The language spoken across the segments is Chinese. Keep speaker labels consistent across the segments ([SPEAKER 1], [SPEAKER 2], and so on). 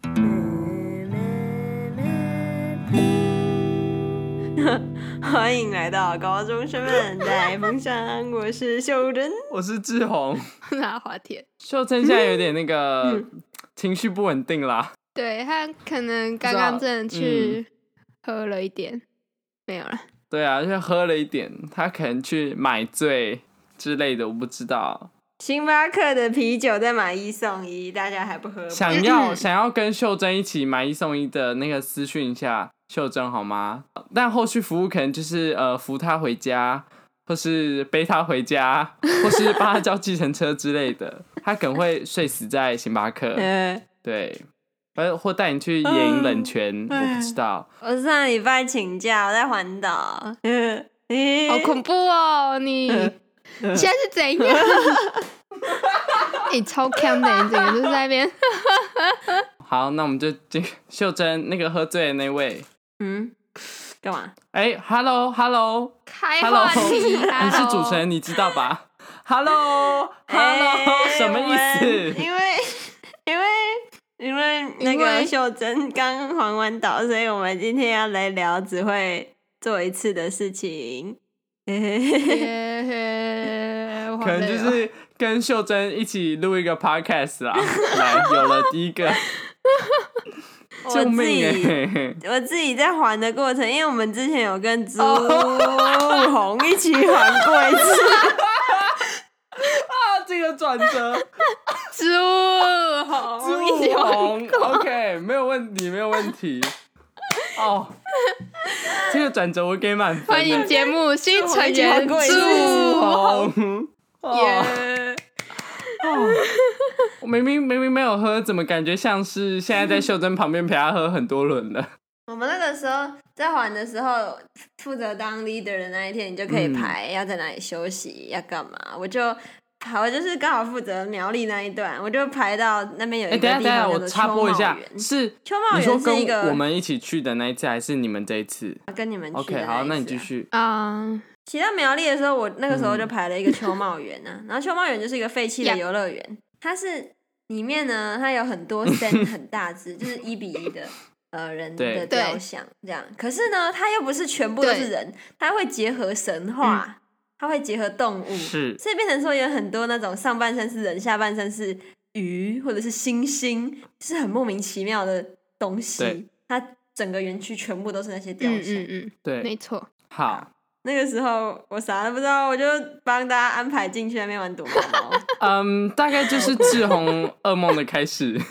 [SPEAKER 1] 欢迎来到高中生们在梦想，我是秀珍。
[SPEAKER 2] 我是志宏，
[SPEAKER 3] 那滑铁，
[SPEAKER 2] 秀珍现在有点那个 情绪不稳定啦。
[SPEAKER 3] 对他可能刚
[SPEAKER 2] 不知道嗯
[SPEAKER 3] 刚真的去喝了一点，没有了。
[SPEAKER 2] 对啊，就喝了一点，他可能去买醉之类的，我不知道。
[SPEAKER 1] 星巴克的啤酒再买一送一，大家还不喝吗？
[SPEAKER 2] 想要想要跟秀珍一起买一送一的那个私讯一下秀珍好吗？但后续服务可能就是呃扶她回家，或是背她回家，或是帮她叫计程车之类的。她可能会睡死在星巴克，
[SPEAKER 1] 呃，
[SPEAKER 2] 对，呃或带你去野营冷泉，我不知道。
[SPEAKER 1] 我上礼拜请假，我在环岛。呃，诶
[SPEAKER 3] 好恐怖哦！你
[SPEAKER 2] 嗯
[SPEAKER 3] 现在是怎样？ 你、超强的，你整个就是在 那边。
[SPEAKER 2] 好，那我们就进秀珍那个喝醉的那位。
[SPEAKER 1] 嗯，干嘛？
[SPEAKER 2] 哎、h e l l o h e l l o
[SPEAKER 3] 开
[SPEAKER 2] h e l l o
[SPEAKER 3] 话题，
[SPEAKER 2] 你是主持人，你知道吧 ？Hello，Hello，、Hello，
[SPEAKER 3] 哎
[SPEAKER 1] 诶
[SPEAKER 2] 什么意
[SPEAKER 1] 哎我们
[SPEAKER 2] 思？
[SPEAKER 1] 因为 因为因为那
[SPEAKER 3] 因
[SPEAKER 1] 个
[SPEAKER 3] 为
[SPEAKER 1] 秀珍刚环完岛，所以我们今天要来聊只会做一次的事情。
[SPEAKER 3] 耶。我好
[SPEAKER 2] 可能
[SPEAKER 3] 累
[SPEAKER 2] 就
[SPEAKER 3] 哦
[SPEAKER 2] 是跟秀珍一起录一个 podcast 啦。 来，有了第一 个，
[SPEAKER 1] 我
[SPEAKER 2] 救
[SPEAKER 1] 自
[SPEAKER 2] 命哎、
[SPEAKER 1] 己我自己在还的过程，因为我们之前有跟朱
[SPEAKER 2] 哦
[SPEAKER 1] 红一起还过一次，
[SPEAKER 2] 啊，这个转折，
[SPEAKER 3] 哦朱红哦一起
[SPEAKER 2] 朱
[SPEAKER 3] 玩
[SPEAKER 2] 红，OK，没有哦问题，没有问题。哦，这个转折我给满分欸的。
[SPEAKER 3] 欢迎节目新
[SPEAKER 1] 朱红
[SPEAKER 3] 成
[SPEAKER 1] 一起玩
[SPEAKER 3] 员
[SPEAKER 1] 过一次
[SPEAKER 3] 朱
[SPEAKER 2] 红。哦
[SPEAKER 3] 耶。
[SPEAKER 2] 哦，我明明明明没有喝，怎么感觉像是现在在秀珍旁边陪她喝很多轮 了？
[SPEAKER 1] 我们那个时候在还的时候，负责当 leader 的那一天，你就可以
[SPEAKER 2] 嗯
[SPEAKER 1] 排要在哪里休息，要干嘛。我就我就是刚好负责苗栗那一段，我就排到那边有
[SPEAKER 2] 哎、
[SPEAKER 1] 一个
[SPEAKER 2] 等一下
[SPEAKER 1] 地方叫
[SPEAKER 2] 等一下，我
[SPEAKER 1] 做
[SPEAKER 2] 插
[SPEAKER 1] 秋
[SPEAKER 2] 播一
[SPEAKER 1] 茂
[SPEAKER 2] 下，
[SPEAKER 1] 园。
[SPEAKER 2] 是
[SPEAKER 1] 秋茂
[SPEAKER 2] 你说
[SPEAKER 1] 园是一
[SPEAKER 2] 跟
[SPEAKER 1] 个
[SPEAKER 2] 我们一起去的那一次，还是你们这一次
[SPEAKER 1] 跟你们去的
[SPEAKER 2] ？OK，
[SPEAKER 1] 一
[SPEAKER 2] 好，那你
[SPEAKER 1] 次
[SPEAKER 2] 继
[SPEAKER 1] 啊。
[SPEAKER 2] 续。
[SPEAKER 3] 啊，
[SPEAKER 1] 骑到苗栗的时候，我那个时
[SPEAKER 2] 嗯
[SPEAKER 1] 候就排了一个秋茂园 啊，然后秋茂园就是一个废弃的
[SPEAKER 3] Yeah
[SPEAKER 1] 游乐园，它是里面呢，它有很 多山很大只，就是一比一的呃人
[SPEAKER 2] 对
[SPEAKER 1] 的
[SPEAKER 3] 对
[SPEAKER 1] 雕像这样。可是呢，它又不是全部都是
[SPEAKER 3] 对
[SPEAKER 2] 嗯
[SPEAKER 1] 人，它会结合神话，它会结合动物，
[SPEAKER 2] 是
[SPEAKER 1] 所以变成说有很多那种上半身是人，下半身是鱼或者是星星，是很莫名其妙的东
[SPEAKER 2] 对
[SPEAKER 1] 西。它整个园区全部都是那些雕
[SPEAKER 3] 嗯
[SPEAKER 1] 像。
[SPEAKER 3] 嗯嗯，
[SPEAKER 2] 对，
[SPEAKER 3] 没错，
[SPEAKER 2] 好，
[SPEAKER 1] 那个时候我啥都不知道，我就帮大家安排进去那边玩躲猫猫。
[SPEAKER 2] 嗯，大概就是志宏噩梦的开始。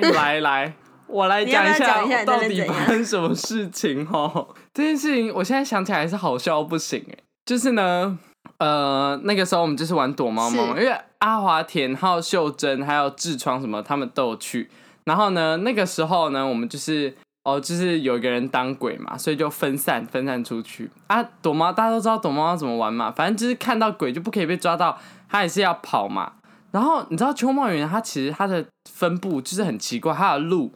[SPEAKER 2] 来来，我来
[SPEAKER 1] 你要
[SPEAKER 2] 讲
[SPEAKER 1] 不要
[SPEAKER 2] 下
[SPEAKER 1] 讲一下你
[SPEAKER 2] 到
[SPEAKER 1] 那边
[SPEAKER 2] 底
[SPEAKER 1] 怎样
[SPEAKER 2] 发生什么事情哦。这件事情我现在想起来还是好笑到不行哎，就是呢，呃，那个时候我们就是玩躲猫猫嘛，
[SPEAKER 3] 是
[SPEAKER 2] 因为阿华田、还有秀珍、还有痔疮什么，他们都有去。然后呢，那个时候呢，我们就是哦，就是有一个人当鬼嘛，所以就分散分散出去啊。躲猫大家都知道躲猫猫怎么玩嘛，反正就是看到鬼就不可以被抓到，它也是要跑嘛。然后你知道秋茂园它其实它的分布就是很奇怪，它的路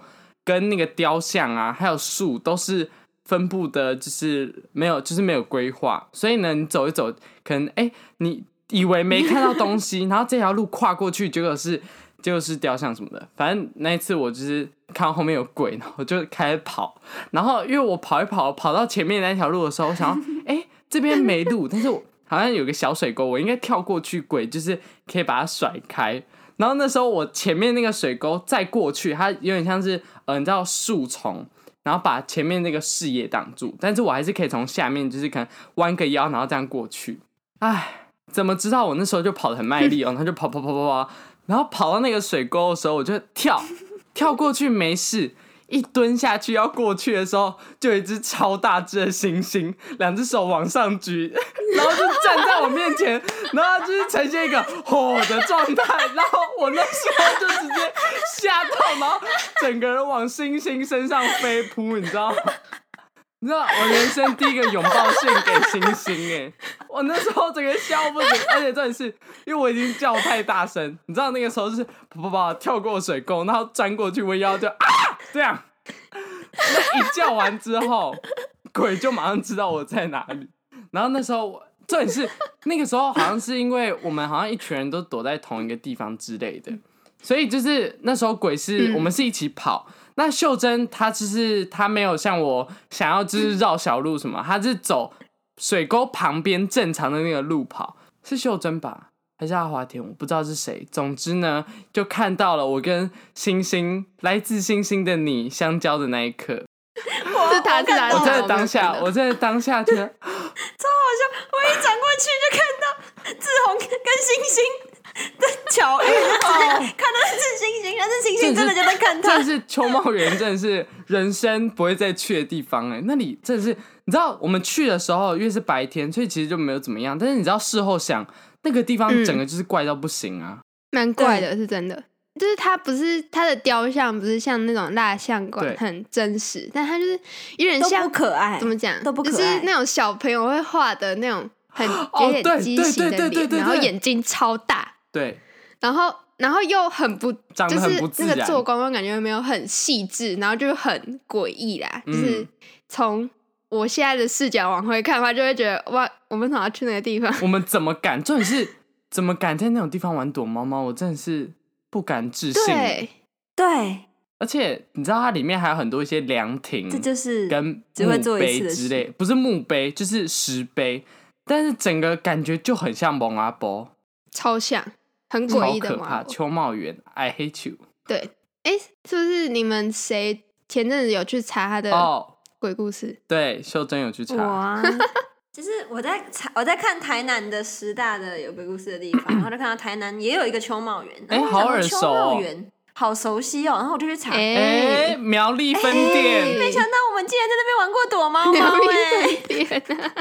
[SPEAKER 2] 跟那个雕像啊，还有树都是分布的，就是没有就是没有规划，所以呢，你走一走，可能哎、你以为没看到东西， 然后这条路跨过去，结果是结果是雕像什么的。反正那一次我就是看到后面有鬼，然后我就开始跑，然后因为我跑一跑跑到前面那条路的时候，我想要哎、这边没路，但是我好像有个小水沟，我应该跳过去，鬼就是可以把它甩开。然后那时候我前面那个水沟再过去，它有点像是呃，你知道树丛，然后把前面那个视野挡住，但是我还是可以从下面就是可能弯个腰，然后这样过去。唉，怎么知道我那时候就跑得很卖力哦，然后就跑跑跑跑跑，然后跑到那个水沟的时候，我就跳跳过去没事。一蹲下去要过去的时候，就有一只超大只的猩猩，两只手往上举， 然后就站在我面前，然后就是呈现一个 吼的状态，然后我那时候就直接吓到，然后整个人往猩猩身上飞扑，你知道吗？ 你知道我人生第一个拥抱献给星星哎、我那时候整个笑不行，而且重点是因为我已经叫太大声，你知道那个时候是啪啪啪跳过水沟，然后钻过去我腰就啊这样，那一叫完之后， 鬼就马上知道我在哪里。然后那时候我重点是那个时候好像是因为我们好像一群人都躲在同一个地方之类的，所以就是那时候鬼是、
[SPEAKER 3] 嗯
[SPEAKER 2] 我们是一起跑。那秀珍她就是她没有像我想要就是绕小路什么，她是走水沟旁边正常的那个路跑，是秀珍吧？还是阿华田？我不知道是谁。总之呢，就看到了我跟星星，来自星星的你相交的那一刻。
[SPEAKER 1] 我
[SPEAKER 3] 是他
[SPEAKER 1] 我看
[SPEAKER 3] 是他
[SPEAKER 1] 到
[SPEAKER 2] 我
[SPEAKER 1] 了
[SPEAKER 2] 真
[SPEAKER 3] 哦
[SPEAKER 2] 的当下
[SPEAKER 3] 我没有看，到
[SPEAKER 2] 我真的当下觉 得，
[SPEAKER 1] 超好笑！我一转过去就看到志宏跟星星的巧
[SPEAKER 2] 哦
[SPEAKER 1] 遇，就直接 看到是星星，但是星星真的就在看他
[SPEAKER 2] 真的。是秋茂园，真的是人生不会再去的地方哎、那里真的是，你知道我们去的时候，因为是白天，所以其实就没有怎么样。但是你知道事后想，那个地方
[SPEAKER 3] 嗯
[SPEAKER 2] 整个就是怪到不行啊。
[SPEAKER 3] 蛮怪的，是真的。就是它不是它的雕像，不是像那种蜡像馆
[SPEAKER 2] 对
[SPEAKER 3] 很真实，但它就是有点
[SPEAKER 1] 都
[SPEAKER 3] 像
[SPEAKER 1] 不可爱，
[SPEAKER 3] 怎么讲，
[SPEAKER 1] 都不可
[SPEAKER 3] 就
[SPEAKER 1] 爱
[SPEAKER 3] 是那种小朋友会画的那种很有
[SPEAKER 2] 哦
[SPEAKER 3] 点
[SPEAKER 2] 对
[SPEAKER 3] 畸
[SPEAKER 2] 对
[SPEAKER 3] 形
[SPEAKER 2] 对
[SPEAKER 3] 的
[SPEAKER 2] 对对
[SPEAKER 3] 脸，
[SPEAKER 2] 对
[SPEAKER 3] 然后
[SPEAKER 2] 对
[SPEAKER 3] 眼睛超大，
[SPEAKER 2] 对，
[SPEAKER 3] 然后然后又很不，
[SPEAKER 2] 长
[SPEAKER 3] 就
[SPEAKER 2] 得很
[SPEAKER 3] 是
[SPEAKER 2] 不自
[SPEAKER 3] 那
[SPEAKER 2] 然。
[SPEAKER 3] 个做工又感觉没有很细致，然后就很诡异啦，就是
[SPEAKER 2] 嗯
[SPEAKER 3] 从。我现在的视角往回看的话，就会觉得哇，我们怎么要去那个地方？
[SPEAKER 2] 我们怎么敢？重点是怎么敢在那种地方玩躲猫猫？我真的是不敢置信。
[SPEAKER 3] 对，
[SPEAKER 1] 对，
[SPEAKER 2] 而且你知道它里面还有很多一些凉亭，
[SPEAKER 1] 这就是
[SPEAKER 2] 嗯跟
[SPEAKER 1] 只会做
[SPEAKER 2] 墓
[SPEAKER 1] 一次
[SPEAKER 2] 碑
[SPEAKER 1] 的
[SPEAKER 2] 之
[SPEAKER 1] 事
[SPEAKER 2] 类，不是墓碑就是石碑，但是整个感觉就很像蒙阿波，
[SPEAKER 3] 超像，很诡
[SPEAKER 2] 好
[SPEAKER 3] 异的
[SPEAKER 2] 可
[SPEAKER 3] 嘛
[SPEAKER 2] 怕。。秋茂园，I hate you。
[SPEAKER 3] 对，哎，是不是你们谁前阵子有去查他的
[SPEAKER 2] 哦，
[SPEAKER 3] 鬼故事？
[SPEAKER 2] 对，秀珍有去
[SPEAKER 1] 我
[SPEAKER 2] 查，
[SPEAKER 1] 啊。就是我在查我在看台南的十大的有鬼故事的地方，然后就看到台南也有一个秋茂园，
[SPEAKER 2] 哎
[SPEAKER 1] 然后我
[SPEAKER 2] 好
[SPEAKER 1] 想
[SPEAKER 2] 耳
[SPEAKER 1] 说
[SPEAKER 2] 熟
[SPEAKER 1] 秋茂
[SPEAKER 2] 哦
[SPEAKER 1] 园好熟悉哦，然后我就去查，
[SPEAKER 2] 哎、
[SPEAKER 3] 哎，
[SPEAKER 2] 苗栗分店，
[SPEAKER 1] 没想到我们竟然在那边玩过躲 猫
[SPEAKER 3] 苗
[SPEAKER 1] 猫哎、
[SPEAKER 3] 栗分店 啊，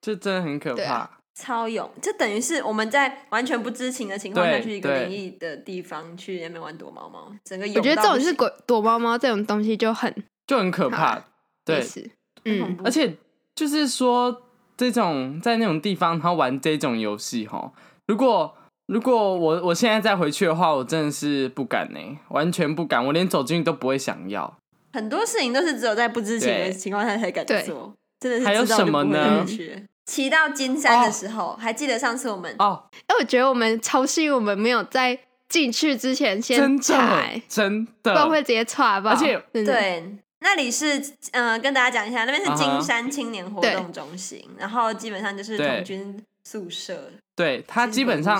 [SPEAKER 2] 这真的很可
[SPEAKER 3] 对啊
[SPEAKER 2] 怕。
[SPEAKER 1] 超勇，就等于是我们在完全不知情的情况下
[SPEAKER 2] 对
[SPEAKER 1] 去一个
[SPEAKER 2] 对
[SPEAKER 1] 灵异的地方去那边玩躲猫猫，整个
[SPEAKER 3] 我
[SPEAKER 1] 勇
[SPEAKER 3] 觉得这
[SPEAKER 1] 到不
[SPEAKER 3] 种是
[SPEAKER 1] 行
[SPEAKER 3] 鬼躲猫猫这种东西就很
[SPEAKER 2] 就很可
[SPEAKER 3] 好
[SPEAKER 2] 怕
[SPEAKER 3] 啊。没
[SPEAKER 2] 对，
[SPEAKER 3] 事。
[SPEAKER 1] 很恐
[SPEAKER 3] 嗯，
[SPEAKER 1] 怖
[SPEAKER 2] 而且就是说，这种在那种地方，然后玩这种游戏，哈，如果如果我我现在再回去的话，我真的是不敢呢、完全不敢，我连走进去都不会想要。
[SPEAKER 1] 很多事情都是只有在不知情的
[SPEAKER 2] 对
[SPEAKER 1] 情况下才敢
[SPEAKER 3] 对
[SPEAKER 1] 做，真的是
[SPEAKER 2] 还有
[SPEAKER 1] 知道就
[SPEAKER 2] 什么
[SPEAKER 1] 不会
[SPEAKER 2] 呢
[SPEAKER 1] 进去？骑到金山的时
[SPEAKER 3] 哦
[SPEAKER 1] 候，还记得上次我们
[SPEAKER 2] 哦，
[SPEAKER 3] 哎，我觉得我们超幸运，我们没有在进去之前
[SPEAKER 2] 真
[SPEAKER 3] 先查，
[SPEAKER 2] 的
[SPEAKER 3] 哎
[SPEAKER 2] 真
[SPEAKER 3] 不然
[SPEAKER 2] 的，
[SPEAKER 3] 会直接岔爆。
[SPEAKER 2] 而且
[SPEAKER 3] 真的，
[SPEAKER 1] 对，那里是嗯、呃跟大家讲一下，那边是
[SPEAKER 2] 啊
[SPEAKER 1] 金
[SPEAKER 2] 哈
[SPEAKER 1] 山青年活
[SPEAKER 3] 对
[SPEAKER 1] 动中心然后基本上就是
[SPEAKER 2] 对
[SPEAKER 1] 童军宿舍，
[SPEAKER 2] 对它
[SPEAKER 1] 它
[SPEAKER 2] 基本上，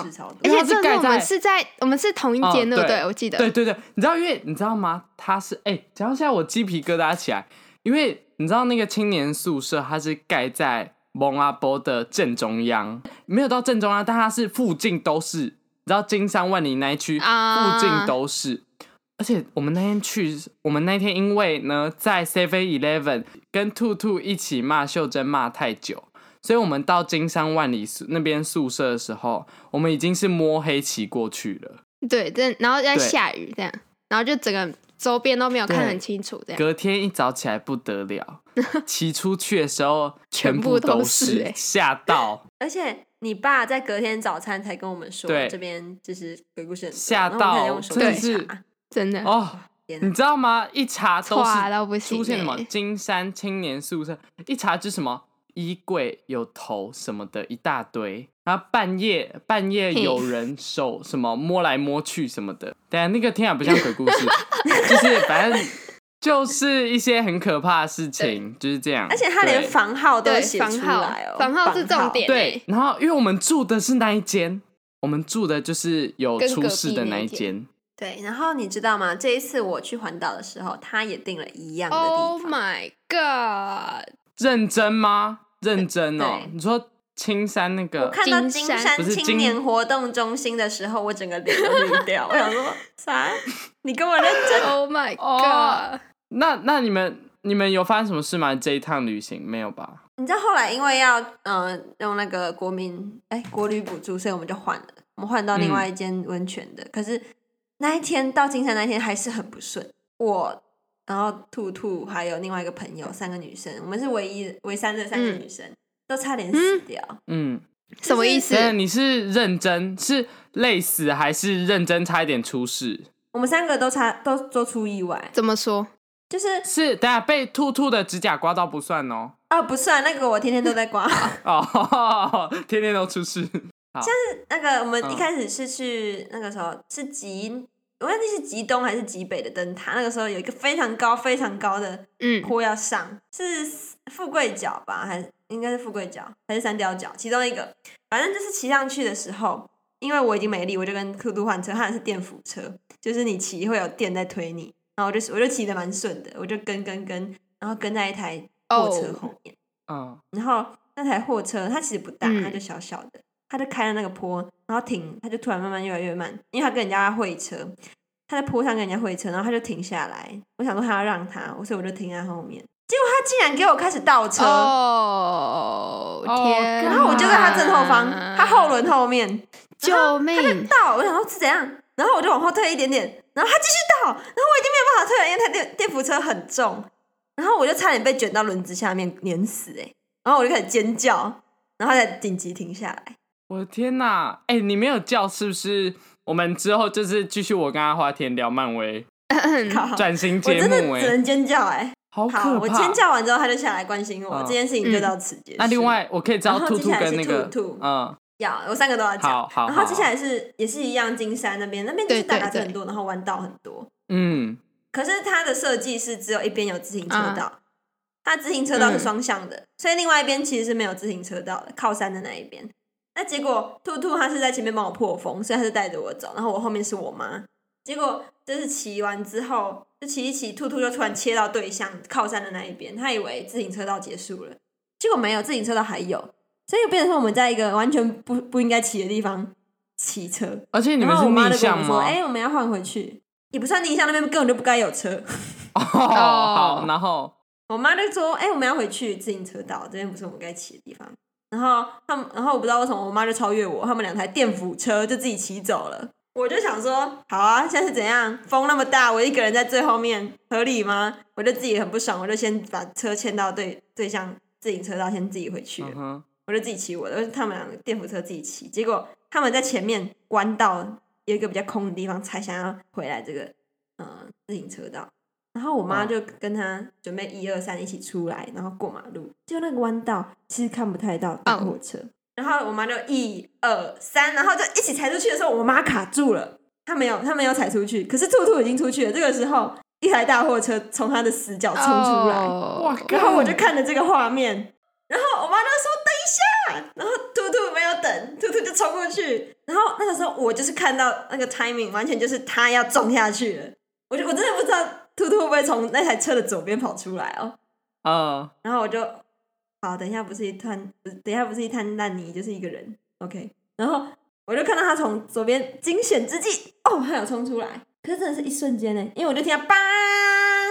[SPEAKER 2] 因
[SPEAKER 3] 而
[SPEAKER 2] 为它
[SPEAKER 3] 且
[SPEAKER 2] 是
[SPEAKER 3] 这是我
[SPEAKER 2] 盖
[SPEAKER 3] 们
[SPEAKER 2] 在
[SPEAKER 3] 是在我们是同一间，
[SPEAKER 2] 哦
[SPEAKER 3] 对不对？
[SPEAKER 2] 对
[SPEAKER 3] 我记得，
[SPEAKER 2] 对对对，你知道，因为你知道吗？它是哎，讲到现在我鸡皮疙瘩起来，因为你知道那个青年宿舍，它是盖在蒙阿波的正中央，没有到正中央，但它是附近都是，你知道金山万里那一区
[SPEAKER 3] 啊
[SPEAKER 2] 附近都是。而且我们那天去，我们那天因为呢在 Seven Eleven 跟兔兔一起骂秀珍骂太久，所以我们到金山万里宿那边宿舍的时候，我们已经是摸黑骑过去了。
[SPEAKER 3] 对，真然后在
[SPEAKER 2] 对
[SPEAKER 3] 下雨这样，然后就整个周边都没有看
[SPEAKER 2] 对
[SPEAKER 3] 很清楚这样。
[SPEAKER 2] 隔天一早起来不得了，骑出去的时候
[SPEAKER 3] 全部
[SPEAKER 2] 部
[SPEAKER 3] 都
[SPEAKER 2] 都
[SPEAKER 3] 是欸
[SPEAKER 2] 吓到，
[SPEAKER 1] 而且你爸在隔天早餐才跟我们说，
[SPEAKER 2] 对
[SPEAKER 1] 这边就是鬼故事很多
[SPEAKER 2] 吓
[SPEAKER 1] 然后我们才
[SPEAKER 2] 到
[SPEAKER 1] 用手
[SPEAKER 2] 真
[SPEAKER 3] 的
[SPEAKER 1] 机
[SPEAKER 2] 是
[SPEAKER 1] 查
[SPEAKER 3] 真的，
[SPEAKER 2] 哦，
[SPEAKER 1] 天
[SPEAKER 2] 你
[SPEAKER 1] 哪
[SPEAKER 2] 知道吗？一查都
[SPEAKER 3] 哇到不
[SPEAKER 2] 是
[SPEAKER 3] 行
[SPEAKER 2] 出现什么
[SPEAKER 3] 欸
[SPEAKER 2] 金山青年宿舍，一查就是什么衣柜有头什么的一大堆，然后半夜半夜
[SPEAKER 3] 嘿
[SPEAKER 2] 有人手什么摸来摸去什么的，但那个听起来不像鬼故事，就是反正就是一些很可怕的事情，就是这样。
[SPEAKER 1] 而且他连
[SPEAKER 2] 对
[SPEAKER 1] 房号都
[SPEAKER 3] 对，
[SPEAKER 1] 写
[SPEAKER 3] 房
[SPEAKER 1] 出来哦
[SPEAKER 3] 号，，房号是重点，
[SPEAKER 1] 欸
[SPEAKER 2] 对，，然后因为我们住的是那一间，我们住的就是有
[SPEAKER 3] 跟
[SPEAKER 2] 出
[SPEAKER 3] 隔
[SPEAKER 2] 事
[SPEAKER 3] 壁
[SPEAKER 2] 的
[SPEAKER 3] 那
[SPEAKER 2] 那
[SPEAKER 3] 一
[SPEAKER 2] 一
[SPEAKER 3] 间
[SPEAKER 2] 间。
[SPEAKER 1] 对，然后你知道吗？这一次我去环岛的时候，他也订了一样的地方。
[SPEAKER 3] Oh my god！
[SPEAKER 2] 认真吗？认真哦
[SPEAKER 1] 对！
[SPEAKER 2] 你说青山那
[SPEAKER 1] 我
[SPEAKER 2] 个，
[SPEAKER 1] 看到
[SPEAKER 3] 金
[SPEAKER 1] 金
[SPEAKER 3] 山
[SPEAKER 1] 山
[SPEAKER 2] 不是
[SPEAKER 1] 青
[SPEAKER 2] 金
[SPEAKER 1] 年活动中心的时候，我整个脸都绿掉。我想 说啥？你跟我认真？
[SPEAKER 3] Oh my god！
[SPEAKER 2] 哦那那你们你们有发生什么事吗？这一趟旅行没有吧？
[SPEAKER 1] 你知道后来因为要嗯、呃用那个国民哎、国旅补助，所以我们就换了，我们换到另外
[SPEAKER 2] 嗯
[SPEAKER 1] 一间温泉的。可是那一天到金山那一天还是很不顺，我然后兔兔还有另外一个朋友，三个女生，我们是唯一唯三的三个
[SPEAKER 3] 嗯
[SPEAKER 1] 女生，都差点死掉。
[SPEAKER 2] 嗯，
[SPEAKER 3] 什么意思
[SPEAKER 2] 对，？你是认真是累死还是认真差一点出事？
[SPEAKER 1] 我们三个都差都都出意外，
[SPEAKER 3] 怎么说？
[SPEAKER 1] 就是
[SPEAKER 2] 是等下被兔兔的指甲刮到不算哦。
[SPEAKER 1] 啊、不算那个我天天都在 刮。
[SPEAKER 2] 哦， 天天都出事。好，
[SPEAKER 1] 那个我们
[SPEAKER 2] 嗯
[SPEAKER 1] 一开始是去那个时候是极，我忘记是极东还是极北的灯塔，那个时候有一个非常高非常高的
[SPEAKER 3] 嗯，
[SPEAKER 1] 坡要上，是富贵角吧，还是应该是富贵角还是三貂角，其中一个，反正就是骑上去的时候，因为我已经没力，我就跟库杜换车，他的是电扶车，就是你骑会有电在推你，然后我就我就骑得蛮顺的，我就跟跟跟，然后跟在一台货车后面
[SPEAKER 2] 嗯，
[SPEAKER 1] 然后那台货车它其实不大，
[SPEAKER 3] 嗯
[SPEAKER 1] 它就小小的，它就开了那个坡，然后停，它就突然慢慢越来越慢，因为它跟人家会车，它在坡上跟人家会车，然后它就停下来，我想说它要让它，所以我就停在后面，结果它竟然给我开始倒车。
[SPEAKER 3] 哦
[SPEAKER 2] 哦
[SPEAKER 3] 天哪！
[SPEAKER 1] 然后我就在它正后方，它后轮后面
[SPEAKER 3] 救
[SPEAKER 1] 它就
[SPEAKER 3] 命！
[SPEAKER 1] 倒，我想说是怎样，然后我就往后退一点点，然后它继续倒，然后我已经没有办法退了，因为它电电扶车很重，然后我就差点被卷到轮子下面碾死哎、欸然后我就开始尖叫，然后它才紧急停下来。
[SPEAKER 2] 我的天哪，哎、你没有叫是不是？我们之后就是继续我跟阿华田聊漫威
[SPEAKER 1] 靠
[SPEAKER 2] 转型
[SPEAKER 1] 我
[SPEAKER 2] 嗯节
[SPEAKER 1] 真的
[SPEAKER 2] 目、
[SPEAKER 1] 只
[SPEAKER 2] 哎，
[SPEAKER 1] 能尖叫哎、
[SPEAKER 2] 好
[SPEAKER 1] 好，
[SPEAKER 2] 可
[SPEAKER 1] 我
[SPEAKER 2] 怕
[SPEAKER 1] 尖。叫完之后，他就下来关心我，
[SPEAKER 2] 嗯
[SPEAKER 1] 这件事情就到此结束。
[SPEAKER 2] 那另外我可以知道
[SPEAKER 1] 然后
[SPEAKER 2] 兔兔
[SPEAKER 1] 接下来
[SPEAKER 2] 跟那
[SPEAKER 1] 是
[SPEAKER 2] 个
[SPEAKER 1] 兔兔
[SPEAKER 2] 嗯，
[SPEAKER 1] 要我三个都要讲，
[SPEAKER 2] 好好。
[SPEAKER 1] 然后接下
[SPEAKER 2] 来
[SPEAKER 1] 来是也是一样，金山那边那边就是
[SPEAKER 3] 对
[SPEAKER 1] 大卡车
[SPEAKER 3] 对对
[SPEAKER 1] 很多，然后弯道很多，
[SPEAKER 2] 嗯
[SPEAKER 1] 可是它的设计是只有一边有自行车
[SPEAKER 3] 啊
[SPEAKER 1] 道，它自行车道是
[SPEAKER 3] 嗯
[SPEAKER 1] 双向的，所以另外一边其实是没有自行车道的，靠山的那一边。那结果兔兔它是在前面帮我破风，所以它是带着我走，然后我后面是我妈。结果就是骑完之后，就骑一骑，兔兔就突然切到对向靠山的那一边，它以为自行车道结束了，结果没有，自行车道还有，所以变成说我们在一个完全不不应该骑的地方骑车。
[SPEAKER 2] 而且你
[SPEAKER 1] 然
[SPEAKER 2] 们
[SPEAKER 1] 后
[SPEAKER 2] 是
[SPEAKER 1] 我妈
[SPEAKER 2] 逆
[SPEAKER 1] 就跟我
[SPEAKER 2] 向
[SPEAKER 1] 们说：“
[SPEAKER 2] 吗？
[SPEAKER 1] 哎、我们要换回去，也不算逆向，那边根本就不该有车。”
[SPEAKER 2] 哦， 好，然后
[SPEAKER 1] 我妈就说：“哎、我们要回去自行车道，这边不是我们该骑的地方。”然后他们，然后我不知道为什么我妈就超越我，他们两台电扶车就自己骑走了。我就想说，好啊，现在是怎样？风那么大，我一个人在最后面，合理吗？我就自己很不爽，我就先把车牵到对对向自行车道，先自己回去了
[SPEAKER 2] 嗯哼，
[SPEAKER 1] 我就自己骑我的，而且他们两个电扶车自己骑。结果他们在前面弯道有一个比较空的地方，才想要回来这个呃自行车道。然后我妈
[SPEAKER 2] 嗯
[SPEAKER 1] 就跟他准备一二三一起出来，然后过马路。就那个弯道其实看不太到大货车，然后我妈就一二三，然后就一起踩出去的时候，我妈卡住了，她没有她没有踩出去，可是兔兔已经出去了。这个时候，一台大货车从她的死角冲出来，
[SPEAKER 3] 哦
[SPEAKER 2] 哇
[SPEAKER 1] 然后我就看着这个画面，然后我妈就说等一下，然后兔兔没有等，兔兔就冲过去，然后那个时候我就是看到那个 timing，完全就是它要撞下去了，我就我真的不知道兔兔会不会从那台车的左边跑出来哦，
[SPEAKER 2] 嗯，
[SPEAKER 1] 然后我就好，等一下不是一滩，呃等一下不是一滩烂泥，就是一个人，OK，然后我就看到他从左边惊险之际，哦，他有冲出来，可是真的是一瞬间呢，因为我就听到吧，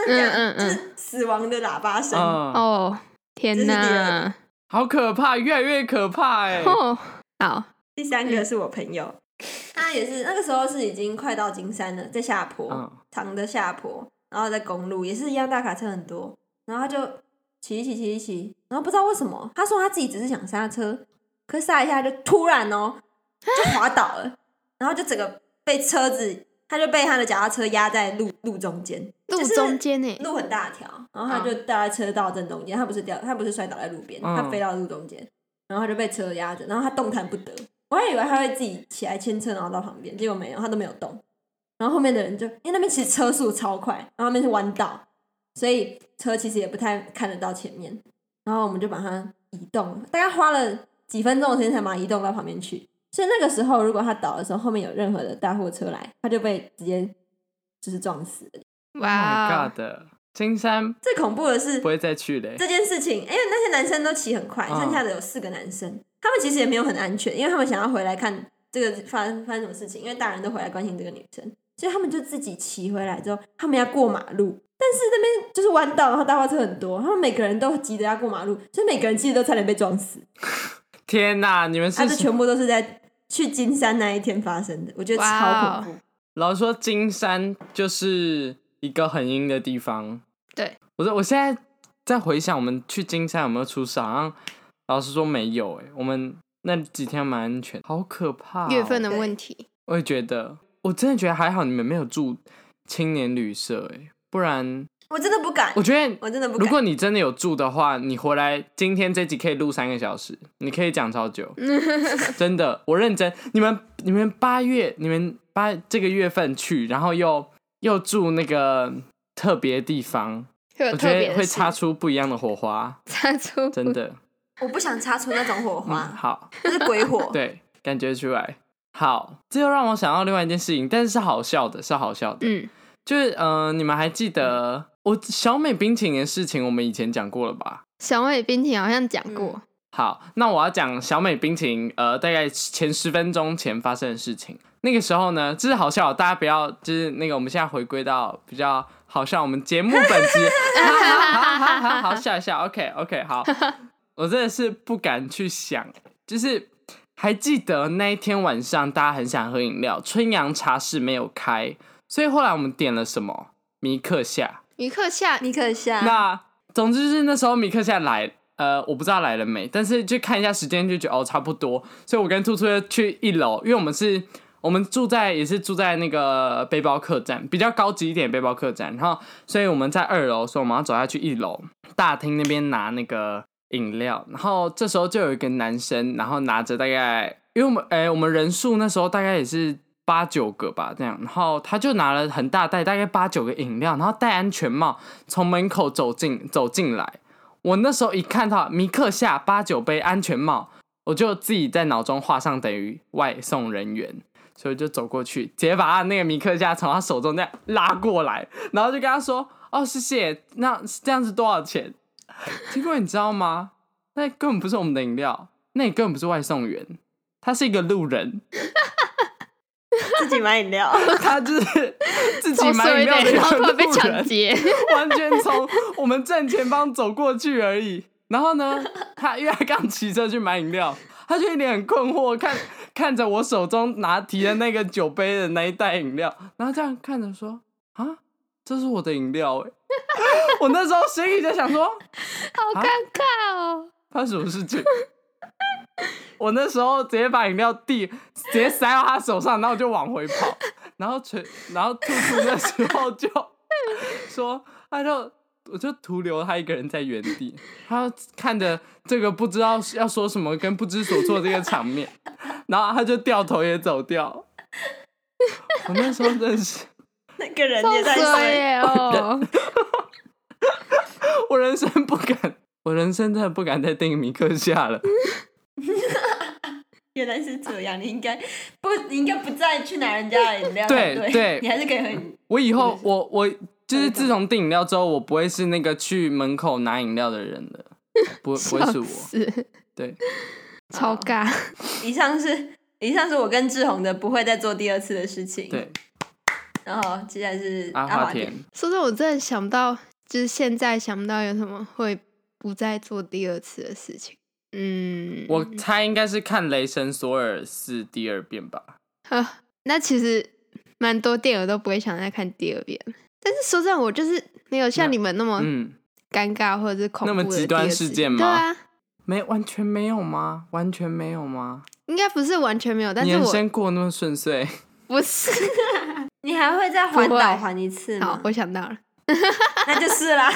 [SPEAKER 1] 这样
[SPEAKER 3] 嗯嗯嗯
[SPEAKER 1] 就是死亡的喇叭声。
[SPEAKER 2] 嗯，
[SPEAKER 3] 哦，
[SPEAKER 1] 这
[SPEAKER 3] 天
[SPEAKER 1] 是第二
[SPEAKER 3] 哪！
[SPEAKER 2] 好可怕，越来越可怕哎、
[SPEAKER 3] 哦，好，
[SPEAKER 1] 第三个是我朋友， 他也是那个时候是已经快到金山了，在下坡，
[SPEAKER 2] 嗯
[SPEAKER 1] 长的下坡，然后在公路也是一样，大卡车很多，然后他就骑一骑骑一骑，然后不知道为什么，他说他自己只是想刹车，可刹一下就突然哦、就滑倒了，然后就整个被车子，他就被他的脚踏车压在路路中间，
[SPEAKER 3] 路
[SPEAKER 1] 就是
[SPEAKER 3] 中间欸呢？
[SPEAKER 1] 路很大条，然后他就掉在车道正中间，他不是掉，他不是摔倒在路边，
[SPEAKER 2] 嗯
[SPEAKER 1] 他飞到路中间，然后他就被车压着，然后他动弹不得。我还以为他会自己起来牵车，然后到旁边，结果没有，他都没有动。然后后面的人就，因为那边其实车速超快，然后那边是弯道，所以车其实也不太看得到前面。然后我们就把它移动，大概花了几分钟的时间才把它移动到旁边去。所以那个时候，如果他倒的时候，后面有任何的大货车来，他就被直接就是撞死了。
[SPEAKER 3] 哇哦
[SPEAKER 2] Oh My，God，金山
[SPEAKER 1] 最恐怖的是
[SPEAKER 2] 不，会再去嘞、
[SPEAKER 1] 这件事情，因为那些男生都骑很快，
[SPEAKER 2] 嗯
[SPEAKER 1] 剩下的有四个男生，他们其实也没有很安全，因为他们想要回来看这个发生发生什么事情，因为大人都回来关心这个女生，所以他们就自己骑回来之后，他们要过马路，但是那边就是弯道，然后大花车很多，他们每个人都急着要过马路，所以每个人其实都差点被撞死，
[SPEAKER 2] 天哪，你们
[SPEAKER 1] 啊，这
[SPEAKER 2] 是
[SPEAKER 1] 全部都是在去金山那一天发生的，我觉得
[SPEAKER 3] 哇
[SPEAKER 1] 超
[SPEAKER 3] 哦
[SPEAKER 1] 恐怖。
[SPEAKER 2] 老实说金山就是一个很阴的地方。
[SPEAKER 3] 对，
[SPEAKER 2] 我说我现在在回想我们去金山有没有出事，好像老实说没有哎、我们那几天蛮安全，好可怕、哦
[SPEAKER 3] 月份的
[SPEAKER 1] 对
[SPEAKER 3] 问题。
[SPEAKER 2] 我也觉得，我真的觉得还好你们没有住青年旅社哎、不然
[SPEAKER 1] 我真的不敢
[SPEAKER 2] 我，觉得
[SPEAKER 1] 我真的不
[SPEAKER 2] 如
[SPEAKER 1] 敢。
[SPEAKER 2] 果你真的有住的话，你回来今天这集可以录三个小时，你可以讲超久， 真的，我认真。你们你们八月你们八这个月份去，然后又又住那个特别地方，
[SPEAKER 3] 会有
[SPEAKER 2] 我
[SPEAKER 3] 特
[SPEAKER 2] 觉
[SPEAKER 3] 别
[SPEAKER 2] 得
[SPEAKER 3] 的
[SPEAKER 2] 会
[SPEAKER 3] 事
[SPEAKER 2] 擦出不一样的火花，
[SPEAKER 3] 擦出
[SPEAKER 2] 真的。
[SPEAKER 1] 我不想擦出那种火
[SPEAKER 2] 嗯，
[SPEAKER 1] 花，
[SPEAKER 2] 好，
[SPEAKER 1] 这是鬼火。
[SPEAKER 2] 对，感觉出来。好，这又让我想到另外一件事情，但是是好笑的，是好笑的。
[SPEAKER 3] 嗯，
[SPEAKER 2] 就是嗯、呃你们还记得我小美冰淇淋的事情，我们以前讲过了吧？
[SPEAKER 3] 小美冰淇淋好像讲过，
[SPEAKER 1] 嗯
[SPEAKER 2] 好，那我要讲小美冰淇淋，呃，大概前十分钟前发生的事情。那个时候呢，这是好笑，大家不要，就是那个我们现在回归到比较好笑，我们节目本质，好好好好好好笑一笑，OK OK，好，我真的是不敢去想，就是还记得那一天晚上大家很想喝饮料，春阳茶室没有开，所以后来我们点了什么米克夏，
[SPEAKER 3] 尼克夏
[SPEAKER 1] 尼克夏，
[SPEAKER 2] 那总之就是那时候米克夏来，呃，我不知道来了没，但是就看一下时间就觉得哦差不多，所以我跟兔兔就去一楼，因为我们是。我们住在也是住在那个背包客栈，比较高级一点的背包客栈，然后所以我们在二楼，所以我们要走下去一楼大厅那边拿那个饮料，然后这时候就有一个男生，然后拿着大概，因为我们哎、我们人数那时候大概也是八九个吧这样，然后他就拿了很大袋，大概八九个饮料，然后戴安全帽，从门口走进走进来，我那时候一看到米克夏八九杯安全帽，我就自己在脑中画上等于外送人员，所以就走过去，直接把他那个米克夏从他手中这样拉过来，然后就跟他说：“哦，谢谢，那这样子多少钱？”结果你知道吗？那根本不是我们的饮料，那也根本不是外送员，他是一个路人，
[SPEAKER 1] 自己买饮料，
[SPEAKER 2] 他就是自己
[SPEAKER 3] 超
[SPEAKER 2] 买
[SPEAKER 3] 衰
[SPEAKER 2] 饮 料的
[SPEAKER 3] 的，
[SPEAKER 2] 一
[SPEAKER 3] 然后
[SPEAKER 2] 个
[SPEAKER 3] 突然被
[SPEAKER 2] 路
[SPEAKER 3] 抢
[SPEAKER 2] 人。 啊
[SPEAKER 3] 劫，
[SPEAKER 2] 完全从我们正前方走过去而已。然后呢，他因为他刚骑车去买饮料，他就一脸很困惑，看看着我手中拿提的那个酒杯的那一袋饮料，然后这样看着说：“啊，这是我的饮料哎、 我那时候心里就想说，
[SPEAKER 3] 好尴尬哦。
[SPEAKER 2] 发生什么事情？ 我那时候直接把饮料递，直接塞到他手上，然后我就往回跑，然后全，然后兔兔那时候就说，他就我就徒留他一个人在原地，他看着这个不知道要说什么跟不知所措这个场面，然后他就掉头也走掉。我那时候真的是，
[SPEAKER 1] 那个人
[SPEAKER 3] 超
[SPEAKER 1] 也在
[SPEAKER 3] 衰
[SPEAKER 1] 睡。
[SPEAKER 3] 耶哦！
[SPEAKER 2] 我人生不敢，我人生真的不敢再订米克夏了。
[SPEAKER 1] 原来是这样，你应该不，你应该不再去拿人家的饮料才
[SPEAKER 2] 对
[SPEAKER 1] 对，
[SPEAKER 2] 对
[SPEAKER 1] 你还是可以很
[SPEAKER 2] 我以后我我就是自从订饮料之后，我不会是那个去门口拿饮料的人 了，不不会是
[SPEAKER 3] 笑
[SPEAKER 2] 我。嗯
[SPEAKER 3] 死嗯
[SPEAKER 2] 对，
[SPEAKER 3] 超尬。
[SPEAKER 1] 以上是以上是我跟志宏的不会再做第二次的事情。
[SPEAKER 2] 对，
[SPEAKER 1] 然后接下来是
[SPEAKER 2] 阿
[SPEAKER 1] 华
[SPEAKER 2] 华田，
[SPEAKER 3] 说真的，我真的想不到，就是现在想不到有什么会不再做第二次的事情。嗯，
[SPEAKER 2] 我猜应该是看《雷神索尔四》第二遍吧。
[SPEAKER 3] 啊，那其实蛮多电影都不会想再看第二遍。但是说真的，我就是没有像
[SPEAKER 2] 那
[SPEAKER 3] 你们那么
[SPEAKER 2] 嗯，
[SPEAKER 3] 尴尬或者是恐
[SPEAKER 2] 那
[SPEAKER 3] 怖
[SPEAKER 2] 么
[SPEAKER 3] 的
[SPEAKER 2] 极
[SPEAKER 3] 第
[SPEAKER 2] 端
[SPEAKER 3] 二
[SPEAKER 2] 事
[SPEAKER 3] 次
[SPEAKER 2] 件
[SPEAKER 3] 对
[SPEAKER 2] 吗
[SPEAKER 3] 啊，
[SPEAKER 2] 没完全没有吗？完全没有吗？
[SPEAKER 3] 应该不是完全没有，但
[SPEAKER 2] 你
[SPEAKER 3] 是
[SPEAKER 2] 人
[SPEAKER 3] 我
[SPEAKER 2] 生过得那么顺遂，
[SPEAKER 3] 不是。
[SPEAKER 1] 你还会再环岛
[SPEAKER 3] 不会
[SPEAKER 1] 环一次
[SPEAKER 3] 好
[SPEAKER 1] 吗，？
[SPEAKER 3] 我想到了，
[SPEAKER 1] 那就是 啦。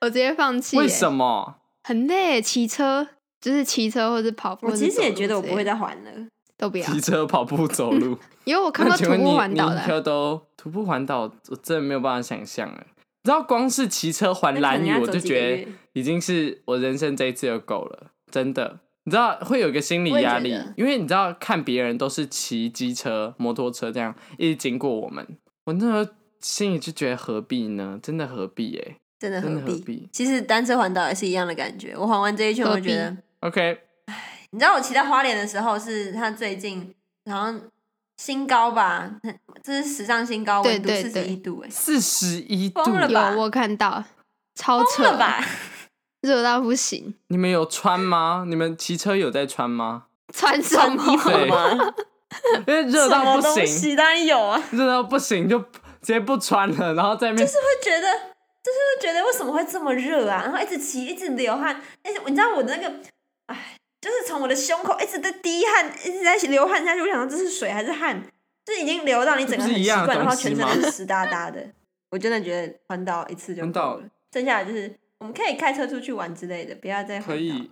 [SPEAKER 3] 我直接放弃耶。
[SPEAKER 2] 为什么？
[SPEAKER 3] 很累，骑车就是骑车或者跑步
[SPEAKER 1] 我
[SPEAKER 3] 或者走路
[SPEAKER 1] 其
[SPEAKER 3] 之类
[SPEAKER 1] 实
[SPEAKER 3] 的。
[SPEAKER 1] 也觉得我不会再环了。
[SPEAKER 3] 都不要，
[SPEAKER 2] 骑车、跑步、走 路。
[SPEAKER 3] 因为我 看
[SPEAKER 2] 那
[SPEAKER 3] 过
[SPEAKER 2] 请
[SPEAKER 3] 徒
[SPEAKER 2] 问你
[SPEAKER 3] 步环岛
[SPEAKER 2] 你
[SPEAKER 3] 的啊，
[SPEAKER 2] 一颗都徒步环岛，我真的没有办法想象哎。你知道光是骑车环
[SPEAKER 1] 那可
[SPEAKER 2] 蓝
[SPEAKER 1] 能
[SPEAKER 2] 屿，
[SPEAKER 1] 要
[SPEAKER 2] 我
[SPEAKER 1] 走
[SPEAKER 2] 就
[SPEAKER 1] 几个
[SPEAKER 2] 觉
[SPEAKER 1] 月
[SPEAKER 2] 得已经是我人生这一次的够了，真的。你知道会有一个心理
[SPEAKER 1] 我也
[SPEAKER 2] 压
[SPEAKER 1] 觉
[SPEAKER 2] 力
[SPEAKER 1] 得，
[SPEAKER 2] 因为你知道看别人都是骑机车、摩托车这样一直经过我们，我那时候心里就觉得何必呢？真的何必哎、
[SPEAKER 1] 真的
[SPEAKER 2] 真
[SPEAKER 1] 何
[SPEAKER 2] 的何必
[SPEAKER 1] 其实单车环岛也是一样的感觉。我环完这一圈，我
[SPEAKER 3] 何
[SPEAKER 1] 就
[SPEAKER 3] 必
[SPEAKER 1] 觉得，
[SPEAKER 2] OK，
[SPEAKER 1] 你知道我骑到花莲的时候，是它最近好像新高吧，这是史上新高
[SPEAKER 3] 对
[SPEAKER 1] 温度，
[SPEAKER 3] 对
[SPEAKER 1] 四十一度哎、
[SPEAKER 2] 四十一度，
[SPEAKER 1] 疯了吧
[SPEAKER 3] 有我看到，超扯
[SPEAKER 1] 疯了吧？
[SPEAKER 3] 热到不行，
[SPEAKER 2] 你们有穿吗？你们骑车有在穿吗？
[SPEAKER 3] 穿什
[SPEAKER 1] 穿衣
[SPEAKER 3] 么？
[SPEAKER 1] 服 吗？
[SPEAKER 2] 因为热
[SPEAKER 1] 什
[SPEAKER 2] 到
[SPEAKER 1] 么
[SPEAKER 2] 不
[SPEAKER 1] 东
[SPEAKER 2] 行，
[SPEAKER 1] 西当然有啊，
[SPEAKER 2] 热到不行就直接不穿了，然后在那边
[SPEAKER 1] 会觉得就是会觉得为什么会这么热啊，然后一直骑一直流汗，而且你知道我那个，哎，就是从我的胸口一直在滴汗，一直在流汗下去，我想到这是水还是汗，就是已经流到你整个
[SPEAKER 2] 这不
[SPEAKER 1] 很
[SPEAKER 2] 是一
[SPEAKER 1] 习
[SPEAKER 2] 样的
[SPEAKER 1] 惯，然后
[SPEAKER 2] 东西
[SPEAKER 1] 全身
[SPEAKER 2] 吗
[SPEAKER 1] 都是湿哒哒的。我真的觉得环岛一次就
[SPEAKER 2] 环
[SPEAKER 1] 够
[SPEAKER 2] 岛
[SPEAKER 1] 了，剩下的就是我们可以开车出去玩之类的，不要再环
[SPEAKER 2] 可
[SPEAKER 1] 岛
[SPEAKER 2] 以。
[SPEAKER 1] 没有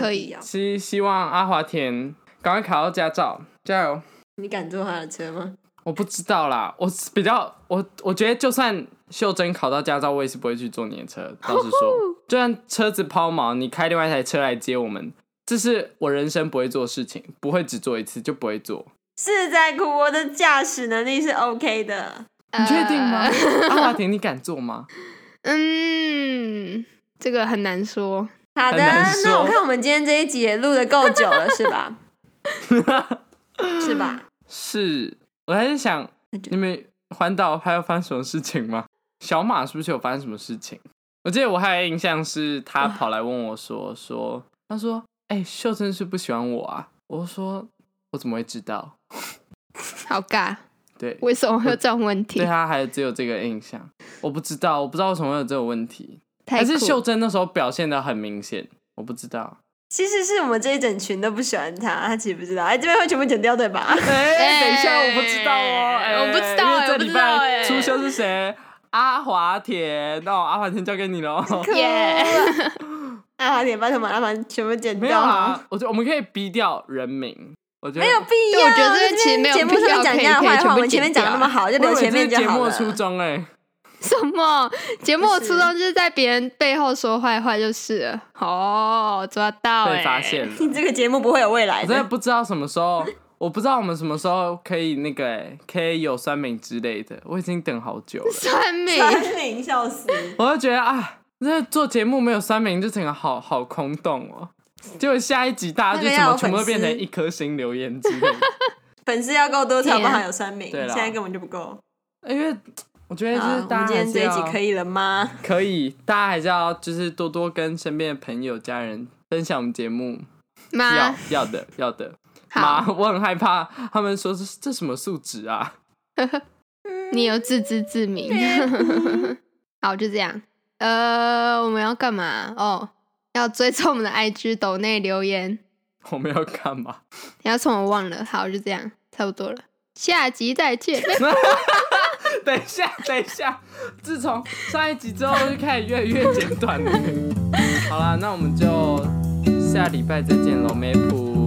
[SPEAKER 3] 可
[SPEAKER 1] 必
[SPEAKER 3] 以
[SPEAKER 1] 要
[SPEAKER 2] 希希望阿华田赶快考到驾照，加油！
[SPEAKER 1] 你敢坐他的车吗？
[SPEAKER 2] 我不知道啦，我是比较我我觉得就算秀珍考到驾照，我也是不会去坐你的车。倒是说，就算车子抛锚，你开另外一台车来接我们，这是我人生不会做的事情，不会只做一次就不会做。
[SPEAKER 1] 是在哭，我的驾驶能力是 OK 的。
[SPEAKER 2] 你确定吗？
[SPEAKER 3] 呃
[SPEAKER 2] 阿华田，你敢做吗？
[SPEAKER 3] 嗯，这个很难说。
[SPEAKER 1] 好的，
[SPEAKER 2] 很难说
[SPEAKER 1] 那我看我们今天这一集也录的够久了，是 吧？是吧？
[SPEAKER 2] 是，我还在想
[SPEAKER 1] 那就
[SPEAKER 2] 你们环岛还有发生什么事情吗？ 小马是不是有发生什么事情？我记得我还有印象是他跑来问我 说说，他说：“哎、秀珍是不喜欢我啊。”我说：“我怎么会知道
[SPEAKER 3] 好尬，？”
[SPEAKER 2] 对，
[SPEAKER 3] 为什么会有这种问题
[SPEAKER 2] 对？啊他还只有这个印象，我不知道，我不知道为什么会有这个问题，
[SPEAKER 3] 太
[SPEAKER 2] 还是
[SPEAKER 3] 酷
[SPEAKER 2] 秀珍那时候表现的很明显，我不知道。
[SPEAKER 1] 其实是我们这一整群都不喜欢他，他其实不知道。哎，这边会全部剪掉对吧？
[SPEAKER 2] 哎、
[SPEAKER 3] 哎
[SPEAKER 2] 等一下，我不知道哦，哎、
[SPEAKER 3] 我不知道哎
[SPEAKER 2] 因为这
[SPEAKER 3] 我不
[SPEAKER 2] 礼
[SPEAKER 3] 知道
[SPEAKER 2] 拜
[SPEAKER 3] 哎
[SPEAKER 2] 出修是谁？阿华田，那我阿华田交给你喽。
[SPEAKER 3] 耶
[SPEAKER 1] 啊，点拜托麻烦全部剪
[SPEAKER 2] 没有
[SPEAKER 1] 掉
[SPEAKER 2] 啊，我觉得我们可以逼掉人名，我觉得
[SPEAKER 1] 没有必要。
[SPEAKER 3] 对我觉得这个其实没有
[SPEAKER 1] 节目
[SPEAKER 3] 必
[SPEAKER 1] 上面
[SPEAKER 3] 要
[SPEAKER 1] 讲
[SPEAKER 3] 可
[SPEAKER 1] 人
[SPEAKER 3] 以
[SPEAKER 1] 家的
[SPEAKER 3] 可以
[SPEAKER 1] 坏
[SPEAKER 3] 全
[SPEAKER 1] 话，
[SPEAKER 3] 部
[SPEAKER 1] 我们前
[SPEAKER 3] 剪
[SPEAKER 1] 面讲的
[SPEAKER 3] 掉
[SPEAKER 1] 那么好，就
[SPEAKER 2] 啊我以
[SPEAKER 1] 留
[SPEAKER 2] 为
[SPEAKER 1] 前面
[SPEAKER 2] 这
[SPEAKER 1] 就是
[SPEAKER 2] 节
[SPEAKER 1] 好
[SPEAKER 2] 目
[SPEAKER 1] 了。
[SPEAKER 2] 初衷哎、
[SPEAKER 3] 什么？节目的
[SPEAKER 1] 就是
[SPEAKER 3] 初衷就是在别人背后说坏话就是了哦，抓到、欸、
[SPEAKER 2] 被发现 了，
[SPEAKER 1] 你这个节目不会有未来
[SPEAKER 2] 我真的
[SPEAKER 1] 的。
[SPEAKER 2] 不知道什么时候，我不知道我们什么时候可以那个、欸，可以有酸民之类的，我已经等好久 了，
[SPEAKER 3] 算命。
[SPEAKER 1] 三零笑死！
[SPEAKER 2] 我就觉得啊，那做节目没有酸民，就整个好好空洞哦。结果下一集大家就
[SPEAKER 1] 那个
[SPEAKER 2] 怎
[SPEAKER 1] 要
[SPEAKER 2] 么
[SPEAKER 1] 有
[SPEAKER 2] 全部都
[SPEAKER 1] 粉
[SPEAKER 2] 变成
[SPEAKER 1] 丝
[SPEAKER 2] 一颗星留言之类 的，
[SPEAKER 1] 粉丝要够多才有办法
[SPEAKER 3] 天啊
[SPEAKER 1] 有三名，
[SPEAKER 2] 对啦
[SPEAKER 1] 现在根本就不够。
[SPEAKER 2] 因为我觉得就
[SPEAKER 1] 好
[SPEAKER 2] 是
[SPEAKER 1] 我
[SPEAKER 2] 大
[SPEAKER 1] 们
[SPEAKER 2] 家
[SPEAKER 1] 今
[SPEAKER 2] 还
[SPEAKER 1] 天
[SPEAKER 2] 是
[SPEAKER 1] 这一集
[SPEAKER 2] 要
[SPEAKER 1] 可以了吗？
[SPEAKER 2] 可以，大家还是要就是多多跟身边的朋友、家人分享我们节目，要
[SPEAKER 3] 妈，
[SPEAKER 2] 要的要的。妈，
[SPEAKER 3] 啊好，
[SPEAKER 2] 我很害怕，他们说这这什么素质啊？
[SPEAKER 3] 你有自知之明。
[SPEAKER 1] 啊
[SPEAKER 3] 好，就这样。呃，我们要干嘛？哦，要追踪我们的 IG 抖内留言。
[SPEAKER 2] 我们要干嘛？
[SPEAKER 3] 你要送我忘了，好，就这样，差不多了，下集再见。
[SPEAKER 2] 等一下，等一下，自从上一集之后就开始越来 越简短了。好啦，那我们就下礼拜再见喽，梅普。